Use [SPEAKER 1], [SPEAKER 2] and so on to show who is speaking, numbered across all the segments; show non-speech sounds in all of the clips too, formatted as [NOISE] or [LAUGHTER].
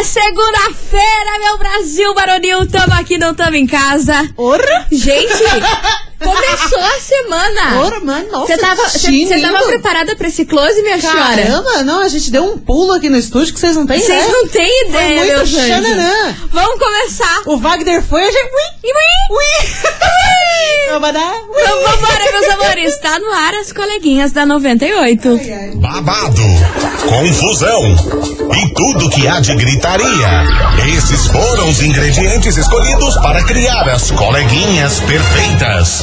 [SPEAKER 1] É segunda-feira, meu Brasil Baronil. Tamo aqui, não tamo em casa.
[SPEAKER 2] Ora?
[SPEAKER 1] Gente, começou a semana.
[SPEAKER 2] Ora, mano, nossa.
[SPEAKER 1] Ah, Você tava, cê- cê tava
[SPEAKER 2] preparado?
[SPEAKER 1] preparada pra esse close, minha senhora?
[SPEAKER 2] Caramba, não, a gente deu um pulo aqui no estúdio que vocês não têm
[SPEAKER 1] Vocês
[SPEAKER 2] ideia.
[SPEAKER 1] não têm
[SPEAKER 2] Foi
[SPEAKER 1] ideia,
[SPEAKER 2] muito
[SPEAKER 1] meus anjos.
[SPEAKER 2] xananã.
[SPEAKER 1] Vamos começar.
[SPEAKER 2] O Wagner foi, a gente... Ui,
[SPEAKER 1] E vem.
[SPEAKER 2] ui. Não vai dar? um Ui.
[SPEAKER 1] Então vambora, meus amores. Tá no ar as coleguinhas da 98.
[SPEAKER 3] Babado, confusão e tudo que há de gritaria. Esses foram os ingredientes escolhidos para criar as coleguinhas perfeitas.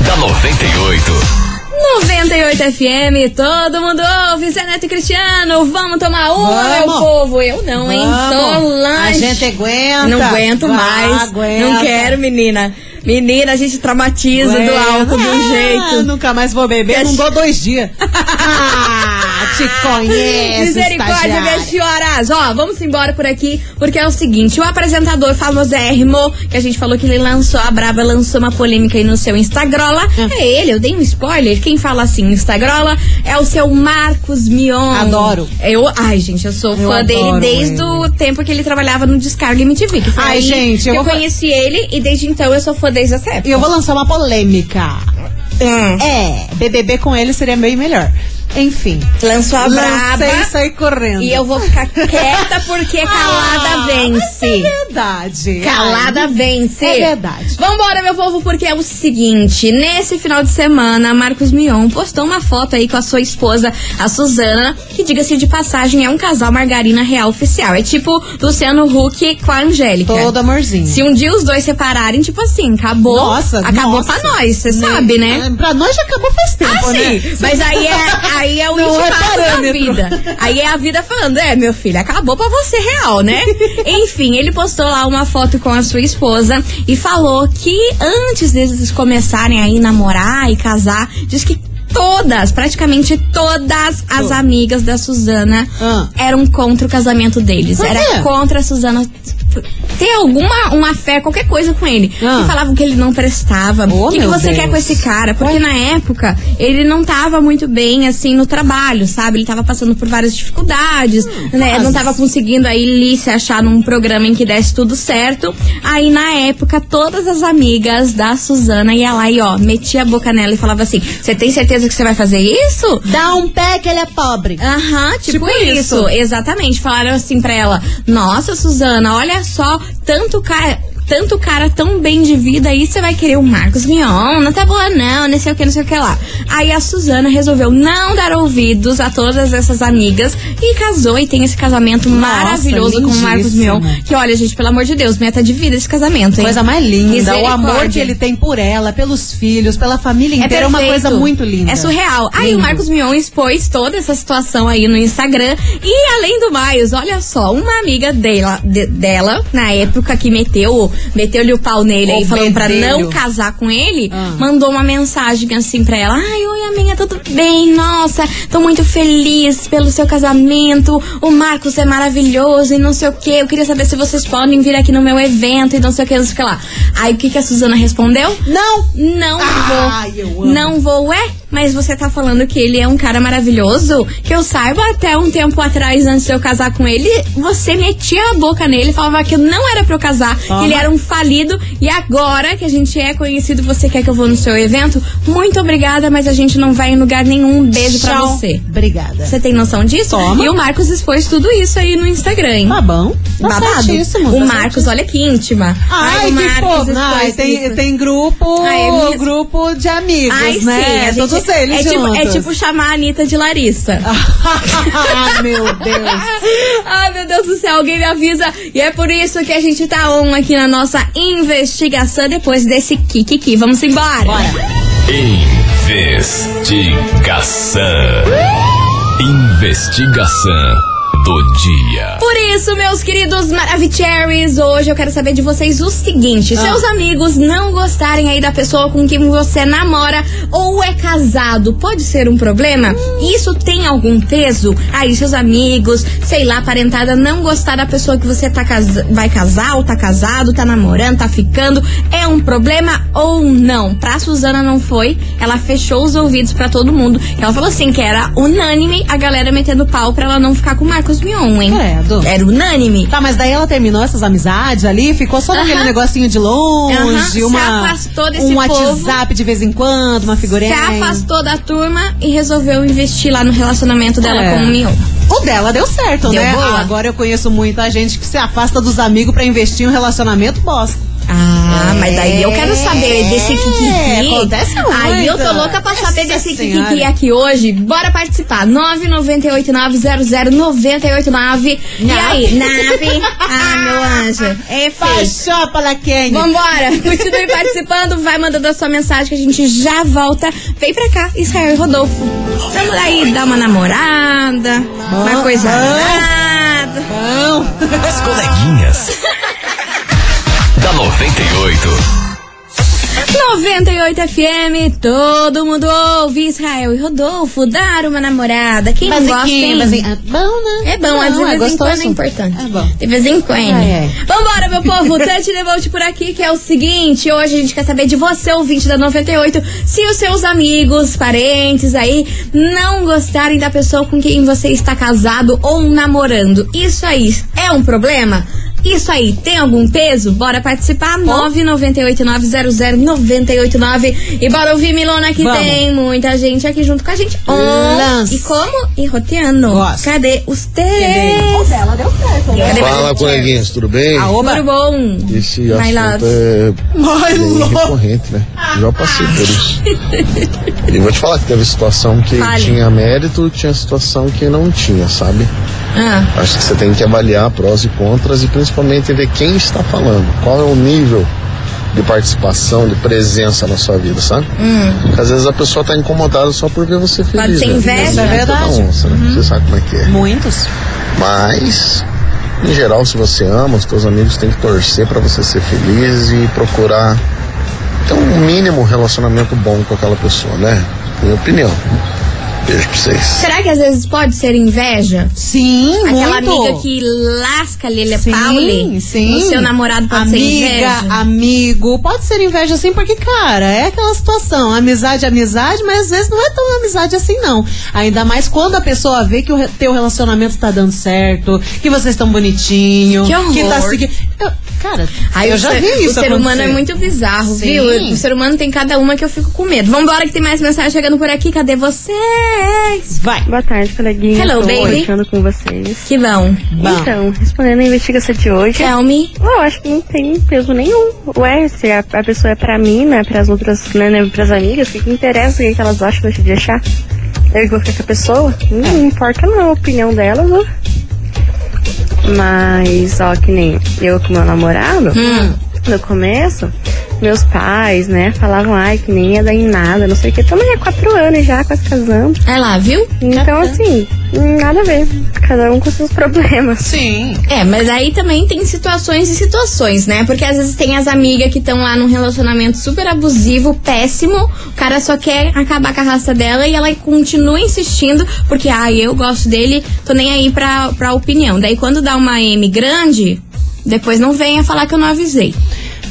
[SPEAKER 4] da 98.
[SPEAKER 1] 98 FM, todo mundo ouve, Zé Neto e Cristiano, vamos tomar uma,
[SPEAKER 2] Vamos.
[SPEAKER 1] meu povo. Eu não, hein? Tô
[SPEAKER 2] Vamos.
[SPEAKER 1] longe.
[SPEAKER 2] A gente aguenta.
[SPEAKER 1] Não aguento
[SPEAKER 2] Vai,
[SPEAKER 1] mais.
[SPEAKER 2] aguenta.
[SPEAKER 1] Não quero, menina. Menina, a gente traumatiza do álcool de um
[SPEAKER 2] Ah,
[SPEAKER 1] jeito.
[SPEAKER 2] Nunca mais vou beber, não dou dois
[SPEAKER 1] [LAUGHS]
[SPEAKER 2] dias. ah, te conheço,
[SPEAKER 1] Misericórdia,
[SPEAKER 2] estagiária.
[SPEAKER 1] minhas senhoras. Ó, vamos embora por aqui, porque é o seguinte: o apresentador famosérrimo, que a gente falou que ele lançou a Brava, lançou uma polêmica aí no seu Instagrola.
[SPEAKER 2] Ah.
[SPEAKER 1] É ele, eu dei um spoiler. Quem fala assim, Instagrola, é o seu Marcos Mion.
[SPEAKER 2] Adoro.
[SPEAKER 1] Eu, ai, gente, eu sou fã dele
[SPEAKER 2] adoro
[SPEAKER 1] desde
[SPEAKER 2] ele.
[SPEAKER 1] o tempo que ele trabalhava no Descarga MTV. Que foi
[SPEAKER 2] Ai,
[SPEAKER 1] aí
[SPEAKER 2] gente,
[SPEAKER 1] que eu,
[SPEAKER 2] eu vou fa-
[SPEAKER 1] conheci ele e desde então eu sou fã desde essa época.
[SPEAKER 2] E eu vou lançar uma polêmica.
[SPEAKER 1] Hum,
[SPEAKER 2] É, BBB com ele seria bem melhor. Enfim.
[SPEAKER 1] lançou a
[SPEAKER 2] Lancei e
[SPEAKER 1] Braba.
[SPEAKER 2] saí correndo.
[SPEAKER 1] E eu vou ficar quieta porque
[SPEAKER 2] [LAUGHS]
[SPEAKER 1] calada
[SPEAKER 2] Ah,
[SPEAKER 1] vence.
[SPEAKER 2] É verdade.
[SPEAKER 1] Calada vence.
[SPEAKER 2] É verdade.
[SPEAKER 1] Vambora, meu povo, porque é o seguinte: nesse final de semana, Marcos Mion postou uma foto aí com a sua esposa, a Suzana, que, diga-se de passagem, é um casal margarina real oficial. É tipo Luciano Huck com a Angélica.
[SPEAKER 2] Todo amorzinho.
[SPEAKER 1] Se um dia os dois separarem, tipo assim, acabou.
[SPEAKER 2] Nossa,
[SPEAKER 1] acabou
[SPEAKER 2] nossa.
[SPEAKER 1] pra nós, você sabe, né?
[SPEAKER 2] Ah, Pra nós já acabou faz tempo,
[SPEAKER 1] Ah,
[SPEAKER 2] né?
[SPEAKER 1] sim, mas aí é, aí é o
[SPEAKER 2] [LAUGHS] Não é
[SPEAKER 1] intimato da
[SPEAKER 2] parâmetro.
[SPEAKER 1] vida. Aí é a vida falando, é, meu filho, acabou pra você
[SPEAKER 2] [LAUGHS]
[SPEAKER 1] real, né? Enfim, ele postou lá uma foto com a sua esposa e falou que antes deles começarem aí namorar e casar, diz que todas, praticamente todas as amigas da Suzana
[SPEAKER 2] Ah.
[SPEAKER 1] eram contra o casamento deles.
[SPEAKER 2] Por quê?
[SPEAKER 1] Era contra a Suzana ter alguma uma fé, qualquer coisa com ele.
[SPEAKER 2] Ah.
[SPEAKER 1] E falavam que ele não prestava.
[SPEAKER 2] Oh,
[SPEAKER 1] o que, que
[SPEAKER 2] meu
[SPEAKER 1] você
[SPEAKER 2] Deus.
[SPEAKER 1] quer com esse cara? Porque na época ele não tava muito bem, assim, no trabalho, sabe? Ele tava passando por várias dificuldades, né? Não tava conseguindo aí li se achar num programa em que desse tudo certo. Aí na época, todas as amigas da Suzana ia lá e, ó, metia a boca nela e falava assim: Você tem certeza que você vai fazer isso?
[SPEAKER 2] Dá um pé que ele é pobre.
[SPEAKER 1] Aham, tipo,
[SPEAKER 2] Tipo
[SPEAKER 1] isso. Exatamente. Falaram assim pra ela: Nossa, Suzana, olha só, tanto cara. Tanto cara tão bem de vida aí, você vai querer o Marcos Mion? Não tá boa, não, não sei o que, não sei o que lá. Aí a Suzana resolveu não dar ouvidos a todas essas amigas e casou e tem esse casamento maravilhoso com o Marcos
[SPEAKER 2] lindíssimo.
[SPEAKER 1] Mion. Que olha, gente, pelo amor de Deus, meta de vida esse casamento, hein?
[SPEAKER 2] Coisa mais linda. O
[SPEAKER 1] Misericórdia.
[SPEAKER 2] amor que ele tem por ela, pelos filhos, pela família
[SPEAKER 1] É
[SPEAKER 2] inteira. É uma
[SPEAKER 1] perfeito.
[SPEAKER 2] coisa muito linda.
[SPEAKER 1] É surreal. Aí
[SPEAKER 2] Lindo.
[SPEAKER 1] o Marcos Mion expôs toda essa situação aí no Instagram. E além do Maios, olha só, uma amiga dela, de- dela na época que meteu meteu-lhe o pau nele
[SPEAKER 2] O
[SPEAKER 1] aí, falando pra
[SPEAKER 2] bedelho.
[SPEAKER 1] não casar com ele,
[SPEAKER 2] Ah.
[SPEAKER 1] mandou uma mensagem assim pra ela. Ai, oi amiga, tudo bem? Nossa, tô muito feliz pelo seu casamento. O Marcos é maravilhoso e não sei o que. Eu queria saber se vocês podem vir aqui no meu evento e não sei o que, não sei o que lá. Aí o que, que a Suzana respondeu?
[SPEAKER 2] Não!
[SPEAKER 1] Não
[SPEAKER 2] Ah,
[SPEAKER 1] vou.
[SPEAKER 2] eu amo.
[SPEAKER 1] Não vou, é? Mas você tá falando que ele é um cara maravilhoso? Que eu saiba, até um tempo atrás, antes de eu casar com ele, você metia a boca nele, falava que não era pra eu casar, que
[SPEAKER 2] Ah.
[SPEAKER 1] ele era um falido. E agora que a gente é conhecido, você quer que eu vou no seu evento? Muito obrigada, mas a gente não vai em lugar nenhum. Beijo pra
[SPEAKER 2] Tchau.
[SPEAKER 1] você.
[SPEAKER 2] Obrigada.
[SPEAKER 1] Você tem noção disso?
[SPEAKER 2] Toma.
[SPEAKER 1] E o Marcos expôs tudo isso aí no Instagram, hein?
[SPEAKER 2] Tá bom. Tá
[SPEAKER 1] Babado.
[SPEAKER 2] certíssimo, tá
[SPEAKER 1] o Marcos, olha que íntima.
[SPEAKER 2] Ai, que
[SPEAKER 1] o Marcos
[SPEAKER 2] fofo. Ai,
[SPEAKER 1] expôs
[SPEAKER 2] tem,
[SPEAKER 1] isso.
[SPEAKER 2] tem grupo,
[SPEAKER 1] Ah, é minha-
[SPEAKER 2] grupo de amigos,
[SPEAKER 1] Ai, sim.
[SPEAKER 2] né?
[SPEAKER 1] a gente-
[SPEAKER 2] Todos eles
[SPEAKER 1] é tipo,
[SPEAKER 2] juntos.
[SPEAKER 1] é tipo chamar a Anitta de Larissa.
[SPEAKER 2] [LAUGHS] Ai, meu Deus.
[SPEAKER 1] [LAUGHS] Ai, meu Deus do céu, alguém me avisa. E é por isso que a gente tá on aqui na nossa investigação depois desse Kikiki. Vamos embora.
[SPEAKER 2] Bora.
[SPEAKER 4] Investigação. Investigação do dia.
[SPEAKER 1] Por isso, meus queridos Maravicheries, hoje eu quero saber de vocês o seguinte: seus amigos não gostarem aí da pessoa com quem você namora ou é casado, pode ser um problema? Isso tem algum peso? Aí, seus amigos, sei lá, parentada, não gostar da pessoa que você tá casa- vai casar ou tá casado, tá namorando, tá ficando, é um problema ou não? Pra Suzana não foi, ela fechou os ouvidos pra todo mundo. Ela falou assim que era unânime a galera metendo pau pra ela não ficar com o Marcos Mion, hein?
[SPEAKER 2] Credo.
[SPEAKER 1] Era unânime.
[SPEAKER 2] Tá, mas daí ela terminou essas amizades ali, ficou só naquele
[SPEAKER 1] Aham.
[SPEAKER 2] negocinho de longe,
[SPEAKER 1] Aham,
[SPEAKER 2] uma,
[SPEAKER 1] se afastou desse
[SPEAKER 2] um
[SPEAKER 1] povo.
[SPEAKER 2] WhatsApp de vez em quando, uma
[SPEAKER 1] Se
[SPEAKER 2] figurinha.
[SPEAKER 1] afastou da turma e resolveu investir lá no relacionamento dela
[SPEAKER 2] É.
[SPEAKER 1] com o Mion.
[SPEAKER 2] O dela deu certo,
[SPEAKER 1] Deu
[SPEAKER 2] né?
[SPEAKER 1] boa.
[SPEAKER 2] Agora eu conheço muita gente que se afasta dos amigos pra investir em um relacionamento bosta.
[SPEAKER 1] Ah, mas daí eu quero
[SPEAKER 2] É,
[SPEAKER 1] saber desse Kikiki.
[SPEAKER 2] acontece
[SPEAKER 1] Aí eu tô
[SPEAKER 2] muita.
[SPEAKER 1] louca pra
[SPEAKER 2] Nossa
[SPEAKER 1] saber desse Kikiki
[SPEAKER 2] Senhora.
[SPEAKER 1] aqui hoje. Bora participar. 998900989. E aí,
[SPEAKER 2] [LAUGHS]
[SPEAKER 1] nave? Ah, meu anjo. É feio.
[SPEAKER 2] Paixão pela Kenny.
[SPEAKER 1] Vambora, [LAUGHS] continue participando, vai mandando a sua mensagem que a gente já volta. Vem pra cá, Israel e Rodolfo. Vamos aí dar uma namorada, uma
[SPEAKER 2] Bom,
[SPEAKER 1] coisa
[SPEAKER 2] bom.
[SPEAKER 1] nada.
[SPEAKER 2] Não.
[SPEAKER 4] As coleguinhas. da 98.
[SPEAKER 1] 98 FM, todo mundo ouve Israel e Rodolfo dar uma namorada. Quem não gosta, hein?
[SPEAKER 2] basiquinha. Bom, né?
[SPEAKER 1] É bom,
[SPEAKER 2] Não,
[SPEAKER 1] de
[SPEAKER 2] é
[SPEAKER 1] vez em
[SPEAKER 2] gostoso.
[SPEAKER 1] quando é importante.
[SPEAKER 2] É bom. Ah, é.
[SPEAKER 1] De vez em quando.
[SPEAKER 2] Ai, ai.
[SPEAKER 1] Vambora, meu
[SPEAKER 2] [LAUGHS]
[SPEAKER 1] povo. Tante Devolte por aqui, que é o seguinte. Hoje a gente quer saber de você, ouvinte da 98, se os seus amigos, parentes aí, não gostarem da pessoa com quem você está casado ou namorando. Isso aí é um problema? Isso aí, tem algum peso? Bora participar, 998900989 e bora ouvir Milona que
[SPEAKER 2] Vamos.
[SPEAKER 1] tem muita gente aqui junto com a gente.
[SPEAKER 2] Lance.
[SPEAKER 1] E como? E roteando.
[SPEAKER 2] Gosto.
[SPEAKER 1] Cadê os
[SPEAKER 2] O
[SPEAKER 1] três?
[SPEAKER 2] dela deu certo, né?
[SPEAKER 1] Cadê mais
[SPEAKER 5] Fala,
[SPEAKER 1] um?
[SPEAKER 5] coleguinhas, tudo bem?
[SPEAKER 2] A oba.
[SPEAKER 1] Tudo bom?
[SPEAKER 5] Esse
[SPEAKER 1] My
[SPEAKER 5] assunto
[SPEAKER 1] love.
[SPEAKER 5] é
[SPEAKER 2] Ai,
[SPEAKER 5] bem
[SPEAKER 2] louco.
[SPEAKER 5] recorrente, né? Já passei por isso. E vou te falar que teve situação que
[SPEAKER 1] Fale.
[SPEAKER 5] tinha mérito, tinha situação que não tinha, sabe?
[SPEAKER 1] Ah,
[SPEAKER 5] Acho que você tem que avaliar prós e contras e principalmente ver quem está falando, qual é o nível de participação, de presença na sua vida, sabe? Porque às vezes a pessoa está incomodada só por ver você feliz.
[SPEAKER 1] ser
[SPEAKER 5] né?
[SPEAKER 1] inveja.
[SPEAKER 5] Isso
[SPEAKER 2] É
[SPEAKER 5] toda
[SPEAKER 2] verdade.
[SPEAKER 5] onça, né? Você sabe como é que é.
[SPEAKER 2] Muitos.
[SPEAKER 5] Mas, em geral, se você ama, os teus amigos têm que torcer pra você ser feliz e procurar ter um mínimo relacionamento bom com aquela pessoa, né? Minha opinião. Beijo pra vocês.
[SPEAKER 1] Será que às vezes pode ser inveja?
[SPEAKER 2] Sim,
[SPEAKER 1] Aquela
[SPEAKER 2] muito.
[SPEAKER 1] amiga que lasca a Lilia
[SPEAKER 2] Sim,
[SPEAKER 1] é Pauli.
[SPEAKER 2] sim.
[SPEAKER 1] O seu namorado pode
[SPEAKER 2] Amiga,
[SPEAKER 1] ser inveja.
[SPEAKER 2] amigo, pode ser inveja sim, porque, cara, é aquela situação. Amizade, é amizade, mas às vezes não é tão amizade assim, não. Ainda mais quando a pessoa vê que o re- teu relacionamento tá dando certo, que vocês estão bonitinho,
[SPEAKER 1] Que horror.
[SPEAKER 2] tá segui- Eu- Cara,
[SPEAKER 1] Aí
[SPEAKER 2] eu
[SPEAKER 1] o
[SPEAKER 2] já
[SPEAKER 1] ser-
[SPEAKER 2] vi isso.
[SPEAKER 1] O ser
[SPEAKER 2] acontecer.
[SPEAKER 1] humano é muito bizarro,
[SPEAKER 2] Sim.
[SPEAKER 1] viu? O ser humano tem cada uma que eu fico com medo. Vambora que tem mais mensagem chegando por aqui. Cadê vocês?
[SPEAKER 2] Vai.
[SPEAKER 6] Boa tarde, coleguinha.
[SPEAKER 1] Hello,
[SPEAKER 6] Tô
[SPEAKER 1] baby.
[SPEAKER 6] conversando com vocês.
[SPEAKER 1] Que vão.
[SPEAKER 2] Bom.
[SPEAKER 6] Então, respondendo a investigação de hoje,
[SPEAKER 1] Tell me.
[SPEAKER 6] eu acho que não tem peso nenhum. Ué, se a, a pessoa é pra mim, né? Pras outras, né, né? Pras amigas, o que, que interessa? O que, que elas acham, deixam de achar? Eu que vou ficar com a pessoa? Não,
[SPEAKER 1] É.
[SPEAKER 6] importa não, a opinião delas, né? Mas, ó, que nem eu com meu namorado,
[SPEAKER 2] Hum.
[SPEAKER 1] Hum.
[SPEAKER 6] no começo, meus pais, né, falavam, ai, que nem ia dar em nada, não sei o que. Também há é quatro anos já, quase casando.
[SPEAKER 1] É lá, viu?
[SPEAKER 6] Então, assim, nada a ver. Cada um com seus [LAUGHS] problemas.
[SPEAKER 2] Sim.
[SPEAKER 1] É, mas aí também tem situações e situações, né? Porque às vezes tem as amigas que estão lá num relacionamento super abusivo, péssimo, o cara só quer acabar com a raça dela e ela continua insistindo, porque, ah, eu gosto dele, tô nem aí pra, pra opinião. Daí quando dá uma M grande, depois não venha falar que eu não avisei.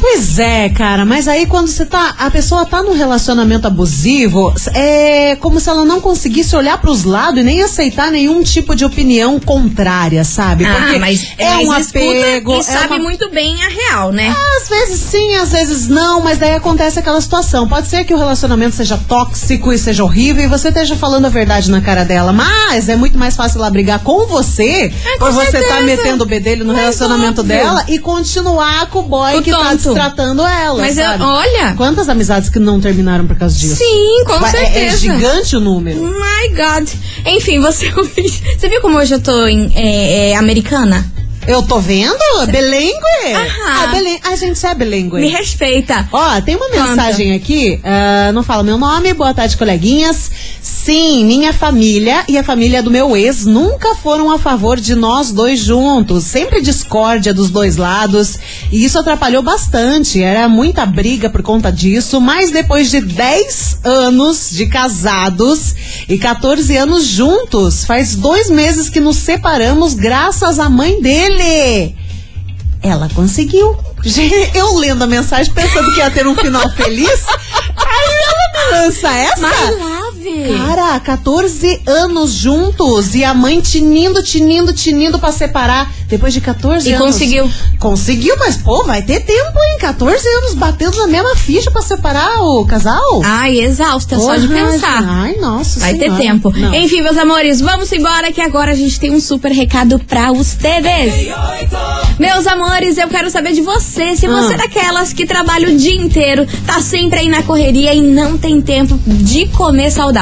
[SPEAKER 2] Pois é, cara, mas aí quando você tá. A pessoa tá num relacionamento abusivo, é como se ela não conseguisse olhar pros lados e nem aceitar nenhum tipo de opinião contrária, sabe?
[SPEAKER 1] ah, mas
[SPEAKER 2] é
[SPEAKER 1] mas
[SPEAKER 2] um
[SPEAKER 1] escuta
[SPEAKER 2] apego.
[SPEAKER 1] e sabe
[SPEAKER 2] é uma...
[SPEAKER 1] muito bem a real, né?
[SPEAKER 2] Às vezes sim, às vezes não, mas daí acontece aquela situação. Pode ser que o relacionamento seja tóxico e seja horrível e você esteja falando a verdade na cara dela, mas é muito mais fácil ela brigar com você
[SPEAKER 1] É, com
[SPEAKER 2] por você
[SPEAKER 1] certeza.
[SPEAKER 2] estar metendo o bedelho no
[SPEAKER 1] Mas
[SPEAKER 2] relacionamento
[SPEAKER 1] óbvio.
[SPEAKER 2] dela e continuar com o boy
[SPEAKER 1] Com o
[SPEAKER 2] que tá
[SPEAKER 1] tonto.
[SPEAKER 2] destratando ela.
[SPEAKER 1] Mas eu-
[SPEAKER 2] Ah, sabe?
[SPEAKER 1] olha.
[SPEAKER 2] Quantas amizades que não terminaram por causa disso?
[SPEAKER 1] Sim, com
[SPEAKER 2] Vai- é-
[SPEAKER 1] certeza.
[SPEAKER 2] É, gigante o número.
[SPEAKER 1] My God. Enfim, você é um [LAUGHS] Você viu como hoje eu tô em, é, é, americana?
[SPEAKER 2] Eu tô vendo? Belengue?
[SPEAKER 1] Aham.
[SPEAKER 2] Ah, Belen... A gente é belengue.
[SPEAKER 1] Me respeita.
[SPEAKER 2] Ó, tem uma
[SPEAKER 1] Conta.
[SPEAKER 2] mensagem aqui, ah, não fala meu nome, boa tarde, coleguinhas. Sim, minha família e a família do meu ex nunca foram a favor de nós dois juntos. Sempre discórdia dos dois lados. E isso atrapalhou bastante. Era muita briga por conta disso. Mas depois de 10 anos de casados e 14 anos juntos, faz dois meses que nos separamos graças à mãe dele. Ela conseguiu. Gente, Eu lendo a mensagem pensando que ia ter um final feliz. Aí ela me lança essa.
[SPEAKER 1] My love.
[SPEAKER 2] Cara, 14 anos juntos e a mãe tinindo, tinindo, tinindo pra separar depois de 14
[SPEAKER 1] E
[SPEAKER 2] anos.
[SPEAKER 1] conseguiu.
[SPEAKER 2] Conseguiu, mas pô, vai ter tempo, hein? 14 anos batendo na mesma ficha pra separar o casal?
[SPEAKER 1] Ai, exausta Ah, é só de
[SPEAKER 2] Porra,
[SPEAKER 1] pensar.
[SPEAKER 2] Ai, nossa
[SPEAKER 1] Vai ter
[SPEAKER 2] senhora.
[SPEAKER 1] tempo.
[SPEAKER 2] Não.
[SPEAKER 1] Enfim, meus amores, vamos embora que agora a gente tem um super recado pra ustedes. Meus amores, eu quero saber de você.
[SPEAKER 2] Ah.
[SPEAKER 1] Se você é daquelas que trabalha o dia inteiro, tá sempre aí na correria e não tem tempo de comer saudável.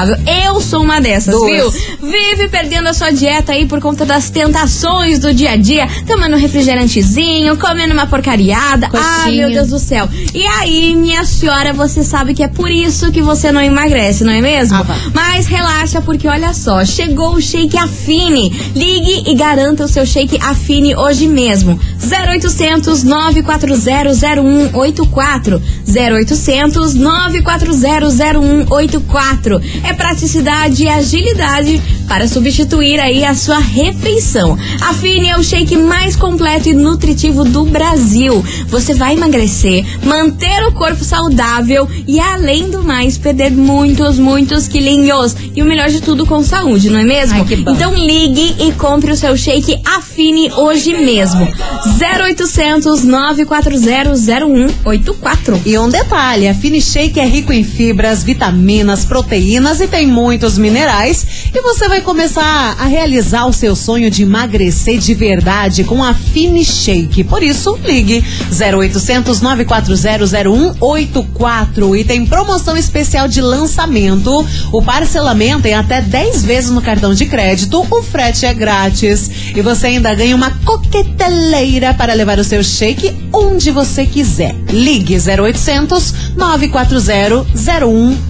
[SPEAKER 1] Eu sou uma dessas,
[SPEAKER 2] Duas.
[SPEAKER 1] viu? Vive perdendo a sua dieta aí por conta das tentações do dia a dia, tomando um refrigerantezinho, comendo uma porcariada. Ah,
[SPEAKER 2] Coxinha.
[SPEAKER 1] meu Deus do céu. E aí, minha senhora, você sabe que é por isso que você não emagrece, não é mesmo?
[SPEAKER 2] Ah, vai.
[SPEAKER 1] Mas relaxa, porque olha só, chegou o shake Afine. Ligue e garanta o seu shake Afine hoje mesmo. 0800 940 0184. 0800 940 0184. É praticidade e agilidade para substituir aí a sua refeição. Afine é o shake mais completo e nutritivo do Brasil. Você vai emagrecer, manter o corpo saudável e além do mais perder muitos, muitos quilinhos. E o melhor de tudo com saúde, não é mesmo?
[SPEAKER 2] Ai, que bom.
[SPEAKER 1] Então ligue e compre o seu shake Afine hoje mesmo. 0800 940 0184.
[SPEAKER 2] E um detalhe, a Fini Shake é rico em fibras, vitaminas, proteínas e tem muitos minerais. E você vai começar a realizar o seu sonho de emagrecer de verdade com a Fini Shake. Por isso, ligue 0800 940 0184 e tem promoção especial de lançamento. O parcelamento é até 10 vezes no cartão de crédito, o frete é grátis e você ainda ganha uma coqueteleira brasileira para levar o seu shake onde você quiser. Ligue 0800 940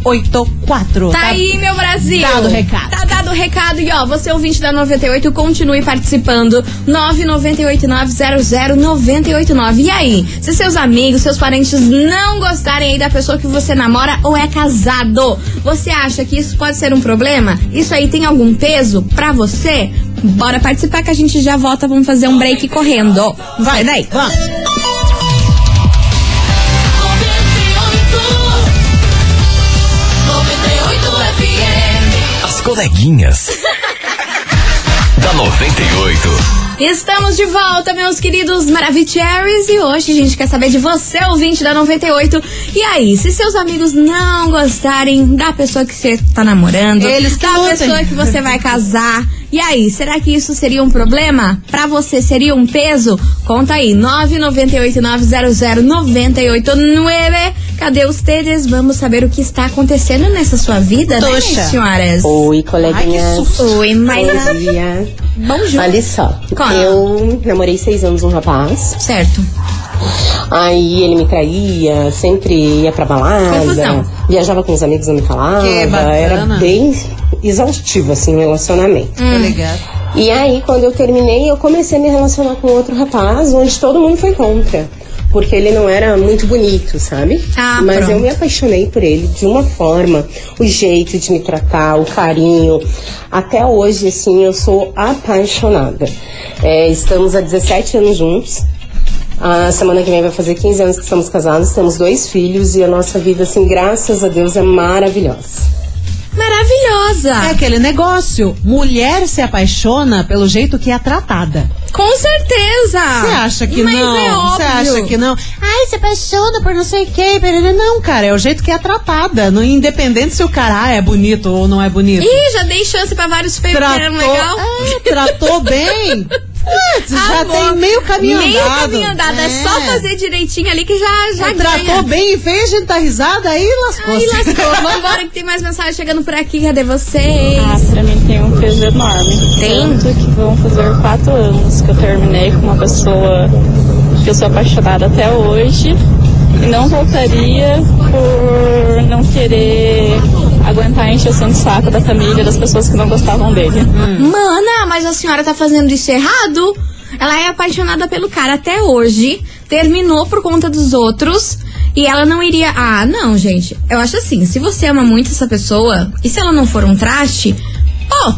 [SPEAKER 2] 0184.
[SPEAKER 1] Tá, aí, meu Brasil.
[SPEAKER 2] dado o recado.
[SPEAKER 1] Tá dado o recado. E ó, você ouvinte da 98, continue participando. 998900989. E aí, se seus amigos, seus parentes não gostarem aí da pessoa que você namora ou é casado, você acha que isso pode ser um problema? Isso aí tem algum peso pra você? Bora participar que a gente já volta. Vamos fazer um break correndo. Vai daí.
[SPEAKER 2] Vamos.
[SPEAKER 4] As coleguinhas. [LAUGHS] da 98.
[SPEAKER 1] Estamos de volta, meus queridos Maravicheries, e hoje a gente quer saber de você, ouvinte da 98. E aí, se seus amigos não gostarem da pessoa que você tá namorando,
[SPEAKER 2] Eles que
[SPEAKER 1] da
[SPEAKER 2] lutem.
[SPEAKER 1] pessoa que você vai casar, e aí, será que isso seria um problema? Pra você seria um peso? Conta aí, 998-900-989. Cadê os TDs? Vamos saber o que está acontecendo nessa sua vida,
[SPEAKER 2] Toxa.
[SPEAKER 1] né, senhoras?
[SPEAKER 7] Oi,
[SPEAKER 2] Ai, que
[SPEAKER 7] coleguinha.
[SPEAKER 2] susto.
[SPEAKER 1] Oi,
[SPEAKER 7] Bom
[SPEAKER 1] Maina.
[SPEAKER 7] dia.
[SPEAKER 2] [LAUGHS]
[SPEAKER 1] Bom jogo.
[SPEAKER 7] Olha só,
[SPEAKER 1] Cola.
[SPEAKER 7] eu namorei seis anos um rapaz.
[SPEAKER 1] Certo.
[SPEAKER 7] Aí ele me traía, sempre ia pra balada.
[SPEAKER 1] Confusão.
[SPEAKER 7] Viajava com os amigos, não me falava.
[SPEAKER 2] Que bacana.
[SPEAKER 7] Era bem exaustivo, assim, o relacionamento.
[SPEAKER 2] Tá ligado?
[SPEAKER 7] E aí, quando eu terminei, eu comecei a me relacionar com outro rapaz, onde todo mundo foi contra. Porque ele não era muito bonito, sabe?
[SPEAKER 1] Ah,
[SPEAKER 7] Mas
[SPEAKER 1] pronto.
[SPEAKER 7] eu me apaixonei por ele de uma forma. O jeito de me tratar, o carinho. Até hoje, assim, eu sou apaixonada. É, estamos há 17 anos juntos. A semana que vem vai fazer 15 anos que estamos casados, temos dois filhos e a nossa vida, assim, graças a Deus, é maravilhosa.
[SPEAKER 1] Maravilhosa.
[SPEAKER 2] É aquele negócio. Mulher se apaixona pelo jeito que é tratada.
[SPEAKER 1] Com certeza!
[SPEAKER 2] Você acha que
[SPEAKER 1] Ah. Mas
[SPEAKER 2] não?
[SPEAKER 1] É óbvio.
[SPEAKER 2] Você acha que não? Ai, se apaixona por não sei quem. perere. Não, cara, é o jeito que é tratada. No, independente se o cara ah, é bonito ou não é bonito.
[SPEAKER 1] Ih, já dei chance pra vários feiticeiros legal.
[SPEAKER 2] É, tratou bem. É, você já
[SPEAKER 1] Amor,
[SPEAKER 2] tem meio caminho
[SPEAKER 1] Meio
[SPEAKER 2] andado.
[SPEAKER 1] caminho andado. É. só fazer direitinho ali que já, já
[SPEAKER 2] Já
[SPEAKER 1] ganha.
[SPEAKER 2] tratou bem e fez, a gente tá risada, aí lascou.
[SPEAKER 1] Aí
[SPEAKER 2] [LAUGHS]
[SPEAKER 1] lascou. Vambora que tem mais mensagem chegando por aqui. Cadê vocês?
[SPEAKER 8] Ah, pra mim tem um peso enorme.
[SPEAKER 1] Tem?
[SPEAKER 8] Tanto que vão fazer quatro anos que eu terminei com uma pessoa que eu sou apaixonada até hoje. E não voltaria por não querer aguentar a encheção de saco da família, das pessoas que não gostavam dele.
[SPEAKER 1] Mana, mas a senhora tá fazendo isso errado? Ela é apaixonada pelo cara até hoje, terminou por conta dos outros e ela não iria. Ah, não, gente. Eu acho assim: se você ama muito essa pessoa e se ela não for um traste, pô,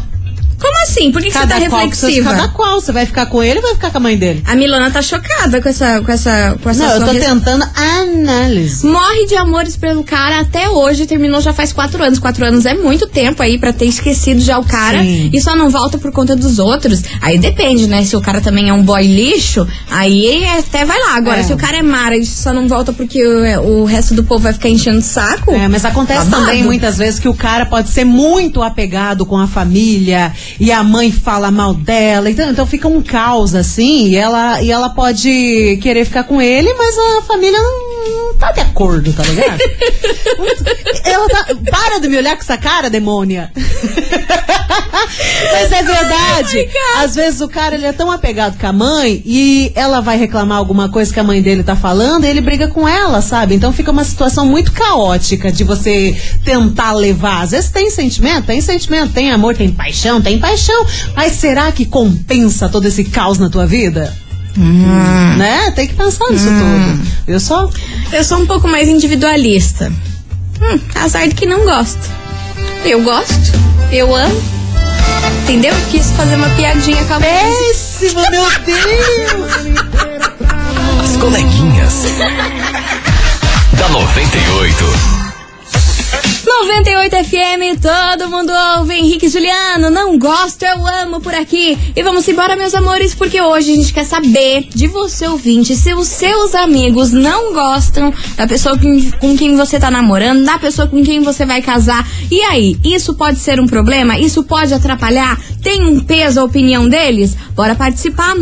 [SPEAKER 1] como assim? Por que, que você tá
[SPEAKER 2] Cada qual, com seus-
[SPEAKER 1] reflexiva?
[SPEAKER 2] cada qual. Você vai ficar com ele ou vai ficar com a mãe dele?
[SPEAKER 1] A Milona tá chocada com essa. Com essa, com essa
[SPEAKER 2] Não, eu
[SPEAKER 1] sua
[SPEAKER 2] tô
[SPEAKER 1] res-
[SPEAKER 2] tentando análise.
[SPEAKER 1] Morre de amores pelo cara até hoje, terminou já faz quatro anos. Quatro anos é muito tempo aí pra ter esquecido já o cara
[SPEAKER 2] Sim.
[SPEAKER 1] e só não volta por conta dos outros. Aí depende, né? Se o cara também é um boy lixo, aí até vai lá. Agora,
[SPEAKER 2] É.
[SPEAKER 1] se o cara é mara e só não volta porque o, o resto do povo vai ficar enchendo o saco. tá
[SPEAKER 2] É, mas acontece
[SPEAKER 1] Babado.
[SPEAKER 2] também muitas vezes que o cara pode ser muito apegado com a família e a mãe fala mal dela. Então, então fica um caos assim e ela, e ela pode querer ficar com ele, mas a família não, não tá de acordo, tá ligado? ela tá, para de me olhar com essa cara, demônia. Mas é verdade. Às vezes o cara ele é tão apegado com a mãe e ela vai reclamar alguma coisa que a mãe dele tá falando e ele briga com ela, sabe? Então fica uma situação muito caótica de você tentar levar. Às vezes tem sentimento, tem sentimento, tem amor, tem paixão, tem paixão. Mas será que compensa todo esse caos na tua vida? Né? Tem que pensar nisso tudo. Viu só?
[SPEAKER 1] Eu sou um pouco mais individualista. Hum, azar de que não gosto. Eu gosto, eu amo. Entendeu? Quis fazer uma piadinha com a música.
[SPEAKER 2] Péssimo, meu Deus!
[SPEAKER 4] As coleguinhas. da 98.
[SPEAKER 1] 98 FM, todo mundo ouve. Henrique e Juliano, não gosto, eu amo por aqui. E vamos embora, meus amores, porque hoje a gente quer saber de você, ouvinte, se os seus amigos não gostam da pessoa com, com quem você tá namorando, da pessoa com quem você vai casar. E aí, isso pode ser um problema? Isso pode atrapalhar? Tem um peso a opinião deles? Bora participar,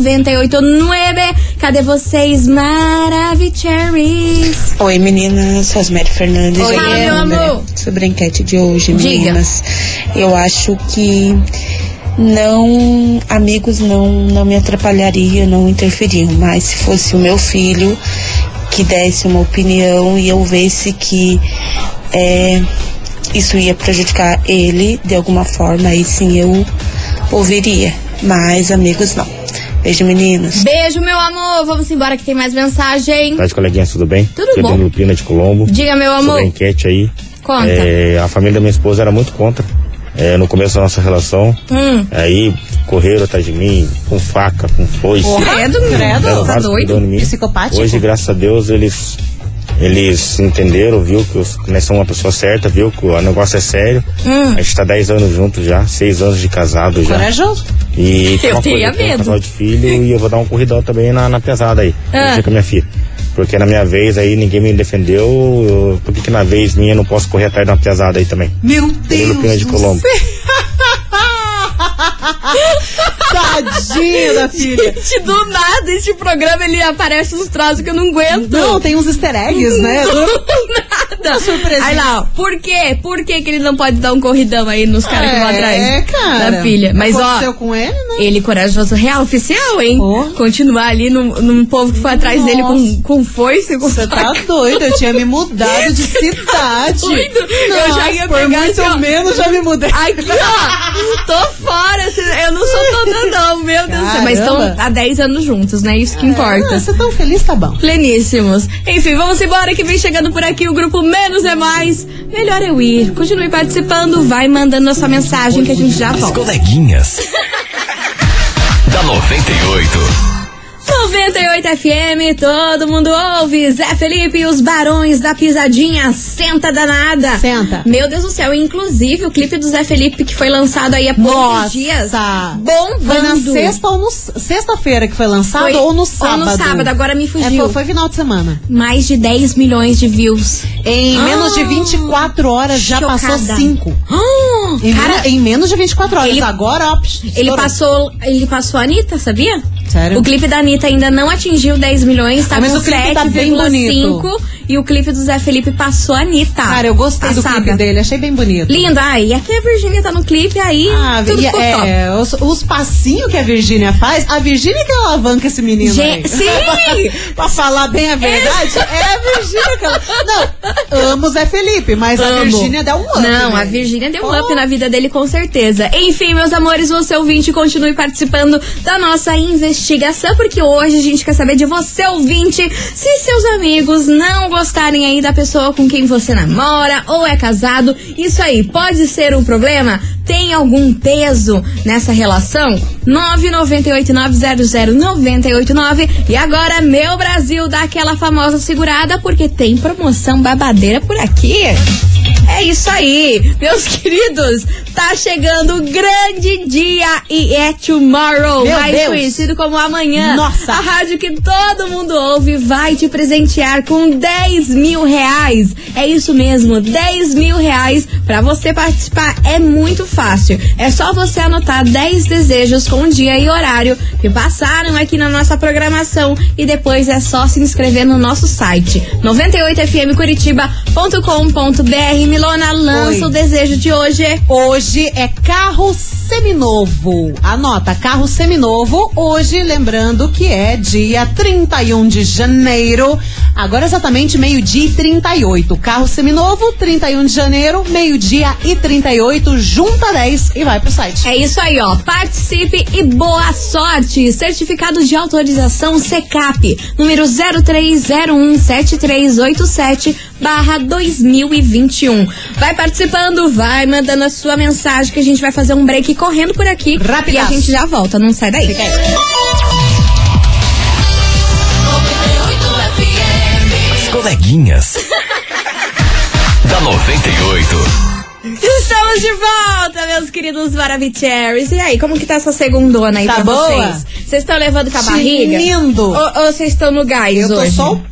[SPEAKER 1] 998-900-989. Cadê vocês, Maravicheries?
[SPEAKER 9] Oi meninas, sou Rosemary Fernandes.
[SPEAKER 1] Oi,
[SPEAKER 9] Aqui é
[SPEAKER 1] meu
[SPEAKER 9] André.
[SPEAKER 1] amor.
[SPEAKER 9] Sobre a enquete de hoje,
[SPEAKER 1] Diga.
[SPEAKER 9] meninas, eu acho que não amigos não não me atrapalhariam, não interferiam, mas se fosse o meu filho que desse uma opinião e eu visse que é, isso ia prejudicar ele de alguma forma, aí sim eu ouviria, mas amigos não. Beijo meninos.
[SPEAKER 1] Beijo, meu amor. Vamos embora que tem mais mensagem.
[SPEAKER 10] Tarde, coleguinhas, tudo bem?
[SPEAKER 1] Tudo
[SPEAKER 10] Aqui
[SPEAKER 1] bom.
[SPEAKER 10] é Danilo Pina de Colombo.
[SPEAKER 1] Diga, meu amor.
[SPEAKER 10] Sobre a enquete aí.
[SPEAKER 1] Conta.
[SPEAKER 10] É, a família da minha esposa era muito contra. é, no começo da nossa relação.
[SPEAKER 1] Hum.
[SPEAKER 10] Aí correram atrás de mim, com faca, com foice.
[SPEAKER 1] Credo,
[SPEAKER 10] Deram
[SPEAKER 1] credo. Tá
[SPEAKER 10] vários
[SPEAKER 1] doido?
[SPEAKER 10] cuidando em mim.
[SPEAKER 2] Psicopático?
[SPEAKER 10] Hoje, graças a Deus, eles eles entenderam, viu, que os- nós somos uma pessoa certa, viu, que o negócio é sério.
[SPEAKER 1] Hum.
[SPEAKER 10] A gente tá 10 anos junto já, 6 anos de casado já.
[SPEAKER 2] Corajoso.
[SPEAKER 10] E tem
[SPEAKER 1] Eu
[SPEAKER 10] uma
[SPEAKER 1] teria
[SPEAKER 10] coisa, tem um
[SPEAKER 1] medo.
[SPEAKER 10] casal de filho e eu vou dar um corridão também na, na pesada aí.
[SPEAKER 1] Ah.
[SPEAKER 10] Eu sei com a minha filha. Porque na minha vez aí ninguém me defendeu. eu- por que, que na vez minha eu não posso correr atrás de uma pesada aí também?
[SPEAKER 2] Meu
[SPEAKER 10] Danilo Pina de Colombo.
[SPEAKER 2] Tadinho da filha.
[SPEAKER 1] Gente, do nada, esse programa ele aparece uns troços que eu não aguento.
[SPEAKER 2] Não, tem uns easter eggs, [LAUGHS] né?
[SPEAKER 1] Nada.
[SPEAKER 2] Surpresinha.
[SPEAKER 1] Aí lá, ó, por quê? Por que que ele não pode dar um corridão aí nos caras que vão atrás?
[SPEAKER 2] É, cara.
[SPEAKER 1] Da filha. Mas
[SPEAKER 2] Aconteceu
[SPEAKER 1] ó,
[SPEAKER 2] com ele, né?
[SPEAKER 1] ele corajoso real oficial, hein?
[SPEAKER 2] Pô.
[SPEAKER 1] Continuar ali num, num povo que foi atrás dele com, com foice, com
[SPEAKER 2] Você tá doida, eu tinha me mudado de cidade.
[SPEAKER 1] doido? Eu
[SPEAKER 2] Nossa,
[SPEAKER 1] já ia
[SPEAKER 2] por
[SPEAKER 1] pegar
[SPEAKER 2] muito
[SPEAKER 1] assim, ó.
[SPEAKER 2] menos já me mudei.
[SPEAKER 1] Aqui, ó, tô fora, cê- eu não sou toda não, meu Deus do céu. Mas estão
[SPEAKER 2] Caramba.
[SPEAKER 1] há 10 anos juntos, né? Isso que
[SPEAKER 2] Ah,
[SPEAKER 1] importa.
[SPEAKER 2] você tão feliz, tá bom.
[SPEAKER 1] Pleníssimos. Enfim, vamos embora que vem chegando por aqui o grupo Menos é Mais. Melhor eu ir. Continue participando, vai mandando a sua mensagem que a gente já
[SPEAKER 4] As
[SPEAKER 1] volta.
[SPEAKER 4] coleguinhas. da 98.
[SPEAKER 1] 98 FM, todo mundo ouve. Zé Felipe e os Barões da Pisadinha, senta danada.
[SPEAKER 2] Senta.
[SPEAKER 1] Meu Deus do céu, inclusive o clipe do Zé Felipe que foi lançado aí há poucos
[SPEAKER 2] Nossa.
[SPEAKER 1] dias.
[SPEAKER 2] Foi na
[SPEAKER 1] Bombando.
[SPEAKER 2] sexta ou no sexta-feira que foi lançado
[SPEAKER 1] Foi.
[SPEAKER 2] ou no sábado?
[SPEAKER 1] Ou no sábado, agora me
[SPEAKER 2] É,
[SPEAKER 1] fugiu.
[SPEAKER 2] foi, foi final de semana.
[SPEAKER 1] Mais de 10 milhões de views.
[SPEAKER 2] Em
[SPEAKER 1] Ah.
[SPEAKER 2] menos de 24 horas já
[SPEAKER 1] Chocada.
[SPEAKER 2] passou 5.
[SPEAKER 1] Ah,
[SPEAKER 2] Em,
[SPEAKER 1] cara,
[SPEAKER 2] men- em menos de 24 horas.
[SPEAKER 1] ele-
[SPEAKER 2] agora, ó. psh,
[SPEAKER 1] ele
[SPEAKER 2] estourou.
[SPEAKER 1] passou, ele passou a Anitta, sabia?
[SPEAKER 2] Sério?
[SPEAKER 1] O clipe da Anitta ainda não atingiu 10 milhões, tá
[SPEAKER 2] Mas
[SPEAKER 1] com
[SPEAKER 2] o clipe tá bem
[SPEAKER 1] 7,5. E o clipe do Zé Felipe passou a Anitta.
[SPEAKER 2] Cara, eu gostei do
[SPEAKER 1] Passada.
[SPEAKER 2] clipe dele, achei bem bonito.
[SPEAKER 1] Lindo, ai, e aqui a Virgínia tá no clipe, aí
[SPEAKER 2] Ah,
[SPEAKER 1] tudo
[SPEAKER 2] e-
[SPEAKER 1] ficou top.
[SPEAKER 2] é, os, os passinhos que a Virgínia faz, a Virgínia que alavanca esse menino
[SPEAKER 1] Gen-
[SPEAKER 2] aí.
[SPEAKER 1] Sim!
[SPEAKER 2] pra falar bem a verdade, é a Virgínia que ela... Não, amo o Zé Felipe, [LAUGHS] mas a
[SPEAKER 1] Amo.
[SPEAKER 2] Virgínia dá um up.
[SPEAKER 1] Não,
[SPEAKER 2] né?
[SPEAKER 1] a Virgínia deu um
[SPEAKER 2] Oh.
[SPEAKER 1] up na vida dele, com certeza. Enfim, meus amores, você ouvinte, continue participando da nossa investigação, porque hoje a gente quer saber de você, ouvinte, se seus amigos não gostarem aí da pessoa com quem você namora ou é casado. Isso aí, pode ser um problema? Tem algum peso nessa relação? 998900989. E agora, meu Brasil, dá aquela famosa segurada, porque tem promoção babadeira por aqui. É isso aí, meus [LAUGHS] queridos. Tá chegando o grande dia e é tomorrow,
[SPEAKER 2] Meu
[SPEAKER 1] mais
[SPEAKER 2] Deus.
[SPEAKER 1] conhecido como amanhã.
[SPEAKER 2] Nossa.
[SPEAKER 1] A rádio que todo mundo ouve vai te presentear com 10 mil reais. É isso mesmo, 10 mil reais pra você participar. É muito fácil. É só você anotar 10 desejos com dia e horário que passaram aqui na nossa programação e depois é só se inscrever no nosso site 98fmcuritiba.com.br. Milona lança
[SPEAKER 2] Oi.
[SPEAKER 1] o desejo de hoje.
[SPEAKER 2] Hoje é carro seminovo. Anota, carro seminovo. Hoje, lembrando que é dia 31 de janeiro. Agora exatamente meio-dia e 38. Carro seminovo, 31 de janeiro, meio-dia e 38. Junta 10 e vai pro site.
[SPEAKER 1] É isso aí, ó. Participe e boa sorte. Certificado de autorização CECAP, número 03017387 barra 2021. Vai participando, vai mandando a sua mensagem que a gente vai fazer um break correndo por aqui.
[SPEAKER 2] Rapidaço.
[SPEAKER 1] E a gente já volta, não sai daí. Fica aí.
[SPEAKER 4] As coleguinhas. da 98.
[SPEAKER 1] Estamos de volta, meus queridos Maravicheries. E aí, como que tá essa segundona aí
[SPEAKER 2] Tá
[SPEAKER 1] pra
[SPEAKER 2] boa?
[SPEAKER 1] vocês? Vocês estão levando com a barriga?
[SPEAKER 2] Tinindo.
[SPEAKER 1] Ou ou vocês estão no gás
[SPEAKER 2] Eu tô
[SPEAKER 1] hoje?
[SPEAKER 2] só um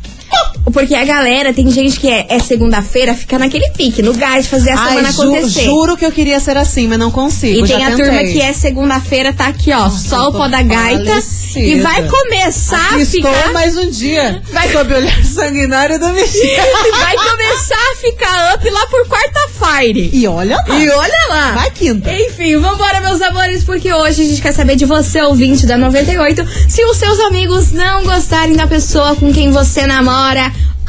[SPEAKER 2] o
[SPEAKER 1] Porque a galera, tem gente que é, é segunda-feira, fica naquele pique, no gás, fazer a semana
[SPEAKER 2] Ai, ju-
[SPEAKER 1] acontecer.
[SPEAKER 2] juro que eu queria ser assim, mas não consigo.
[SPEAKER 1] E
[SPEAKER 2] já
[SPEAKER 1] tem a
[SPEAKER 2] tentei.
[SPEAKER 1] turma que é segunda-feira, tá aqui, ó, só o pó da gaita.
[SPEAKER 2] falecida.
[SPEAKER 1] E vai começar
[SPEAKER 2] Aqui
[SPEAKER 1] a ficar.
[SPEAKER 2] Estou mais um dia
[SPEAKER 1] Vai-
[SPEAKER 2] sob o olhar sanguinário da mexicana.
[SPEAKER 1] [LAUGHS] E vai começar a ficar up lá por quarta-feira.
[SPEAKER 2] E olha lá.
[SPEAKER 1] E olha lá!
[SPEAKER 2] Vai quinta.
[SPEAKER 1] Enfim, vambora, meus amores, porque hoje a gente quer saber de você, ouvinte da 98, se os seus amigos não gostarem da pessoa com quem você namora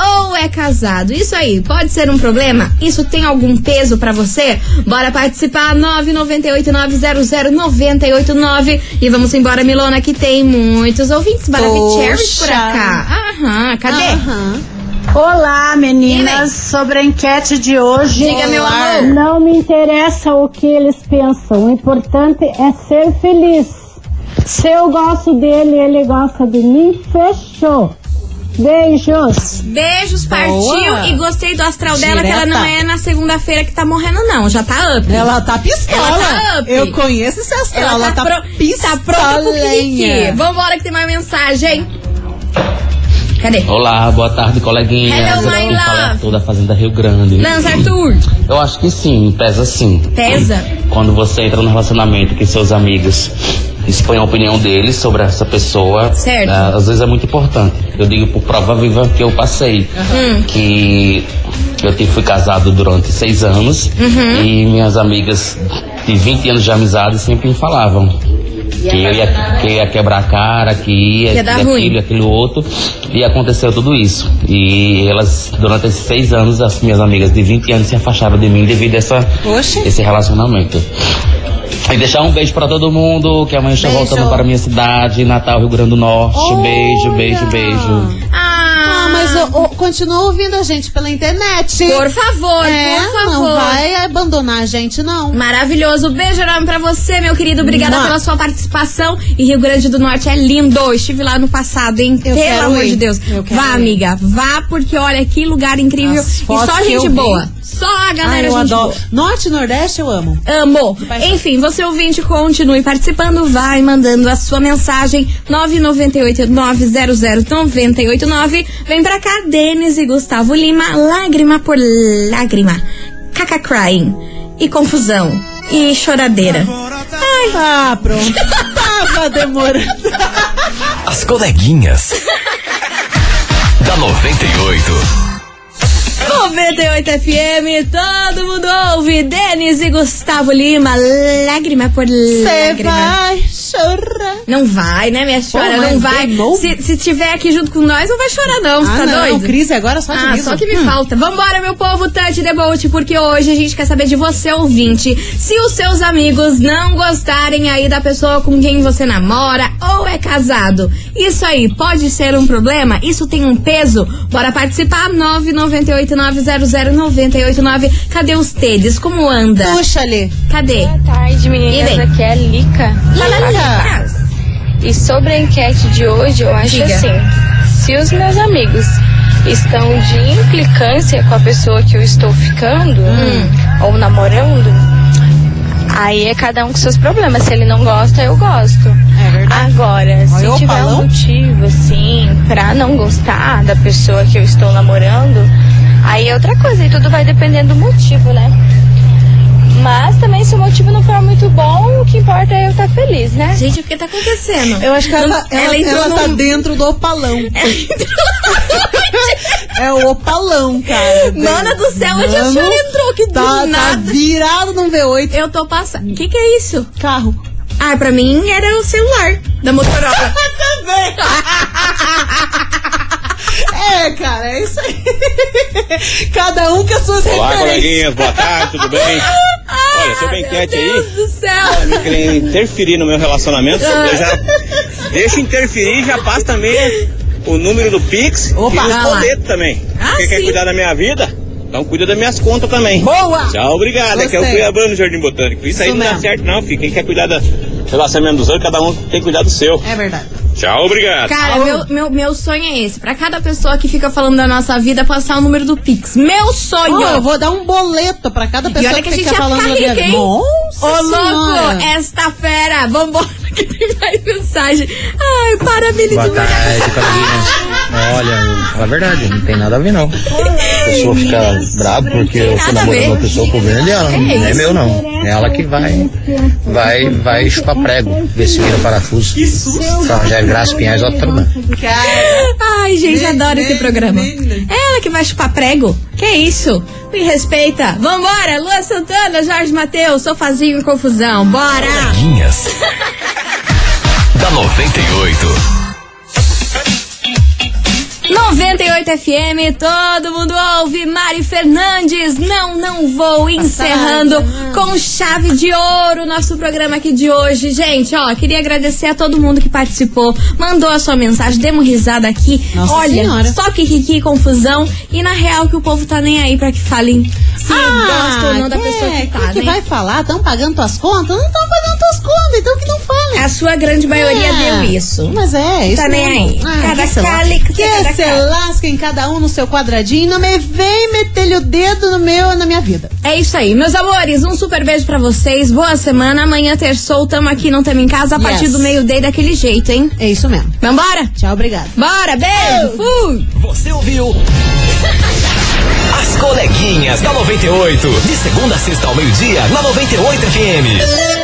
[SPEAKER 1] ou é casado. Isso aí, pode ser um problema? Isso tem algum peso pra você? Bora participar, 998-900-989. E vamos embora, Milona, que tem muitos ouvintes maravilhosos por
[SPEAKER 2] Poxa.
[SPEAKER 1] cá. Aham, cadê?
[SPEAKER 2] Aham.
[SPEAKER 11] Olá,
[SPEAKER 1] E aí?
[SPEAKER 11] meninas. Sobre a enquete de hoje.
[SPEAKER 1] Diga, meu
[SPEAKER 2] Olá.
[SPEAKER 1] amor.
[SPEAKER 11] Não me interessa o que eles pensam. O importante é ser feliz. Se eu gosto dele, ele gosta de mim. Fechou. Beijos.
[SPEAKER 1] Beijos, partiu.
[SPEAKER 2] Boa.
[SPEAKER 1] E gostei do astral dela, que ela
[SPEAKER 2] Direta.
[SPEAKER 1] não é na segunda-feira que tá morrendo, não. Já tá up.
[SPEAKER 2] Ela tá pistola.
[SPEAKER 1] Ela tá up.
[SPEAKER 2] Eu conheço esse astral. Ela, tá,
[SPEAKER 1] pro-
[SPEAKER 2] pistola.
[SPEAKER 1] tá pronta pro clique. Vambora que tem mais mensagem. Cadê?
[SPEAKER 12] Olá, boa tarde, coleguinha. tá
[SPEAKER 1] Hello, my
[SPEAKER 12] Aqui fala
[SPEAKER 1] love.
[SPEAKER 12] toda a Fazenda Rio Grande.
[SPEAKER 1] Lanz Arthur,
[SPEAKER 12] Eu acho que sim, pesa sim.
[SPEAKER 1] pesa.
[SPEAKER 12] Quando você entra num relacionamento que seus amigos expõem a opinião deles sobre essa pessoa,
[SPEAKER 1] Certo.
[SPEAKER 12] ah, às vezes é muito importante. Eu digo por prova viva que eu passei,
[SPEAKER 1] Hum.
[SPEAKER 12] que eu te- fui casado durante seis anos
[SPEAKER 1] Uhum.
[SPEAKER 12] e minhas amigas de 20 anos de amizade sempre me falavam que eu ia, que eu ia quebrar a cara, que ia,
[SPEAKER 1] Que ia dar
[SPEAKER 12] que aquilo,
[SPEAKER 1] ruim.
[SPEAKER 12] e aquilo outro, e aconteceu tudo isso. E elas, durante esses seis anos, as minhas amigas de 20 anos se afastaram de mim devido a essa,
[SPEAKER 2] Oxe.
[SPEAKER 12] esse relacionamento. E deixar um beijo pra todo mundo, que amanhã estou
[SPEAKER 2] Beijo.
[SPEAKER 12] voltando para minha cidade, Natal, Rio Grande do Norte. Beijo, beijo, beijo.
[SPEAKER 1] Ah,
[SPEAKER 2] Ah, mas ô, ô, continua ouvindo a gente pela internet.
[SPEAKER 1] por favor,
[SPEAKER 2] é,
[SPEAKER 1] por favor.
[SPEAKER 2] não vai abandonar a gente, não.
[SPEAKER 1] Maravilhoso. Beijo enorme pra você, meu querido. Obrigada
[SPEAKER 2] Mua.
[SPEAKER 1] pela sua participação. E Rio Grande do Norte é lindo. Estive lá no passado, hein?
[SPEAKER 2] Eu
[SPEAKER 1] Pelo
[SPEAKER 2] quero
[SPEAKER 1] amor
[SPEAKER 2] ir.
[SPEAKER 1] de Deus.
[SPEAKER 2] Eu quero
[SPEAKER 1] Vá,
[SPEAKER 2] ir.
[SPEAKER 1] amiga. Vá, porque olha que lugar incrível.
[SPEAKER 2] As
[SPEAKER 1] e
[SPEAKER 2] fotos
[SPEAKER 1] só
[SPEAKER 2] que eu
[SPEAKER 1] gente
[SPEAKER 2] vi.
[SPEAKER 1] boa. Só a
[SPEAKER 2] Ai,
[SPEAKER 1] galera
[SPEAKER 2] eu
[SPEAKER 1] gente
[SPEAKER 2] adoro.
[SPEAKER 1] boa.
[SPEAKER 2] Norte e Nordeste eu amo.
[SPEAKER 1] Amo.
[SPEAKER 2] paixão.
[SPEAKER 1] Enfim, você ouvinte, continue participando, vai mandando a sua mensagem 998-900-989. Vem pra cá, Denis e Gustavo Lima, lágrima por lágrima, caca crying e confusão e choradeira.
[SPEAKER 2] Ah, pronto. Tava demorando.
[SPEAKER 4] As coleguinhas. da 98.
[SPEAKER 1] 98 FM, todo mundo ouve. Denis e Gustavo Lima, lágrima por
[SPEAKER 2] Você
[SPEAKER 1] lágrima.
[SPEAKER 2] vai chorar.
[SPEAKER 1] Não vai, né, minha chora?
[SPEAKER 2] mas
[SPEAKER 1] não vai.
[SPEAKER 2] de novo?
[SPEAKER 1] Se, se tiver aqui junto com nós, não vai chorar, não. Você
[SPEAKER 2] Ah,
[SPEAKER 1] tá
[SPEAKER 2] não,
[SPEAKER 1] doido?
[SPEAKER 2] crise agora só de
[SPEAKER 1] Ah,
[SPEAKER 2] riso.
[SPEAKER 1] só que me
[SPEAKER 2] Hum.
[SPEAKER 1] falta. Vambora, meu povo, Touch the Bolt, porque hoje a gente quer saber de você, ouvinte. Se os seus amigos não gostarem aí da pessoa com quem você namora ou é casado, isso aí pode ser um problema? Isso tem um peso? Bora participar, 998900989. Cadê os Tedes? Como anda?
[SPEAKER 2] Puxa ali.
[SPEAKER 1] Cadê?
[SPEAKER 8] Boa tarde, meninas.
[SPEAKER 1] E aí?
[SPEAKER 8] Aqui é a Lica.
[SPEAKER 2] Olha.
[SPEAKER 8] E sobre a enquete de hoje, eu acho
[SPEAKER 1] Diga.
[SPEAKER 8] assim: se os meus amigos estão de implicância com a pessoa que eu estou ficando
[SPEAKER 2] Hum.
[SPEAKER 8] ou namorando, aí é cada um com seus problemas. Se ele não gosta, eu gosto.
[SPEAKER 2] É verdade.
[SPEAKER 8] Agora, se
[SPEAKER 2] Olha o
[SPEAKER 8] tiver
[SPEAKER 2] balão.
[SPEAKER 8] um motivo, assim, pra não gostar da pessoa que eu estou namorando, aí é outra coisa, e tudo vai dependendo do motivo, né? Mas também se o motivo não for muito bom, o que importa é eu estar feliz, né?
[SPEAKER 1] Gente, o que tá acontecendo?
[SPEAKER 2] Eu acho que ela,
[SPEAKER 1] Não,
[SPEAKER 2] ela, ela,
[SPEAKER 1] entrou
[SPEAKER 2] tá
[SPEAKER 1] num-
[SPEAKER 2] dentro do
[SPEAKER 1] [LAUGHS]
[SPEAKER 2] opalão. é o opalão,
[SPEAKER 1] [LAUGHS]
[SPEAKER 2] cara.
[SPEAKER 1] Mana do céu, onde a
[SPEAKER 2] Mano,
[SPEAKER 1] senhora entrou? Que do
[SPEAKER 2] Tá, tá
[SPEAKER 1] nada.
[SPEAKER 2] virado num V8
[SPEAKER 1] Eu tô passando. O que, que é isso?
[SPEAKER 2] carro.
[SPEAKER 1] Ah, pra mim era o celular
[SPEAKER 2] [LAUGHS]
[SPEAKER 1] da Motorola.
[SPEAKER 2] Tá É, cara, é isso aí. [LAUGHS] Cada um com as suas
[SPEAKER 10] Olá,
[SPEAKER 2] referências.
[SPEAKER 10] coleguinhas, boa tarde, tudo bem? Olha, sobre a enquete aí,
[SPEAKER 1] Ah, do céu.
[SPEAKER 10] me querem interferir no meu relacionamento,
[SPEAKER 2] Ah.
[SPEAKER 10] eu já deixo interferir, já passo também o número do Pix
[SPEAKER 2] Opa,
[SPEAKER 10] e
[SPEAKER 1] ah
[SPEAKER 10] os
[SPEAKER 1] lá.
[SPEAKER 10] boletos também.
[SPEAKER 1] Ah,
[SPEAKER 10] Quem quer
[SPEAKER 1] sim.
[SPEAKER 10] cuidar da minha vida, então cuida das minhas contas também.
[SPEAKER 2] Boa!
[SPEAKER 10] Tchau, obrigado. Aqui é o
[SPEAKER 2] Gostei.
[SPEAKER 10] Cuiabano Jardim Botânico. Isso, aí
[SPEAKER 2] Isso
[SPEAKER 10] não dá
[SPEAKER 2] mesmo.
[SPEAKER 10] certo, não, filho. Quem quer cuidar do relacionamento dos outros, cada um tem que cuidar do seu.
[SPEAKER 2] É verdade.
[SPEAKER 10] Tchau, obrigado.
[SPEAKER 1] Cara, meu, meu, meu sonho é esse. Pra cada pessoa que fica falando da nossa vida, passar o número do Pix. Meu sonho!
[SPEAKER 2] Ó, eu vou dar um boleto pra cada
[SPEAKER 1] e
[SPEAKER 2] pessoa
[SPEAKER 1] olha que,
[SPEAKER 2] que,
[SPEAKER 1] a gente
[SPEAKER 2] fica
[SPEAKER 1] ia
[SPEAKER 2] falando
[SPEAKER 1] ficar
[SPEAKER 2] da minha
[SPEAKER 1] rica,
[SPEAKER 2] vida.
[SPEAKER 1] hein?
[SPEAKER 2] Nossa
[SPEAKER 1] Ô,
[SPEAKER 2] senhora.
[SPEAKER 1] louco, esta fera, vambora. [LAUGHS] que tem mais mensagem. Ai, parabéns
[SPEAKER 5] Boa tarde, coleguinhas. É, Olha, fala a verdade, não tem nada a ver, não. A pessoa fica brava porque eu fui
[SPEAKER 1] nada a
[SPEAKER 5] namorando
[SPEAKER 1] ver.
[SPEAKER 5] uma pessoa por venda dela.
[SPEAKER 1] É
[SPEAKER 5] Não é
[SPEAKER 1] isso.
[SPEAKER 5] meu, não. É ela que vai, vai, vai chupar prego, ver se vira parafuso. Que susto! Só já é graça, pinhais, outra turma.
[SPEAKER 1] Ai, gente, adoro esse programa. É ela que vai chupar prego? Que isso? Me respeita. Vambora, Lua Santana, Jorge Matheus, sofazinho e confusão. Bora!
[SPEAKER 4] Coleguinhas. da 98.
[SPEAKER 1] 98 FM, todo mundo ouve. Mari Fernandes, não, não vou. Encerrando com chave de ouro nosso programa aqui de hoje. Gente, ó, queria agradecer a todo mundo que participou, mandou a sua mensagem, demos risada aqui.
[SPEAKER 2] Nossa
[SPEAKER 1] Olha,
[SPEAKER 2] Senhora.
[SPEAKER 1] só que riqui e confusão. E na real que o povo tá nem aí pra que falem se gosta ou não da
[SPEAKER 2] quem
[SPEAKER 1] pessoa que
[SPEAKER 2] Ah, é?
[SPEAKER 1] tá,
[SPEAKER 2] Quem que
[SPEAKER 1] né?
[SPEAKER 2] vai falar? Estão pagando tuas contas? Não estão pagando tuas contas, então que não falem.
[SPEAKER 1] A sua grande maioria deu isso.
[SPEAKER 2] Mas é, isso
[SPEAKER 1] Tá nem
[SPEAKER 2] mesmo.
[SPEAKER 1] aí. Cada
[SPEAKER 2] que se lasque.
[SPEAKER 1] cálice,
[SPEAKER 2] Que
[SPEAKER 1] cada
[SPEAKER 2] se
[SPEAKER 1] cálice.
[SPEAKER 2] lasquem cada um no seu quadradinho. Não me vem meter o dedo no meu, na minha vida.
[SPEAKER 1] É isso aí, meus amores. Um super beijo pra vocês. Boa semana. Amanhã terçou, tamo aqui, não tamo em casa. A
[SPEAKER 2] Yes.
[SPEAKER 1] partir do meio-day daquele jeito, hein?
[SPEAKER 2] É isso mesmo.
[SPEAKER 1] Vambora?
[SPEAKER 2] Tchau, obrigada.
[SPEAKER 1] Bora, beijo! Fui!
[SPEAKER 4] Você ouviu? As coleguinhas da 98. De segunda a sexta ao meio-dia, na 98 FM.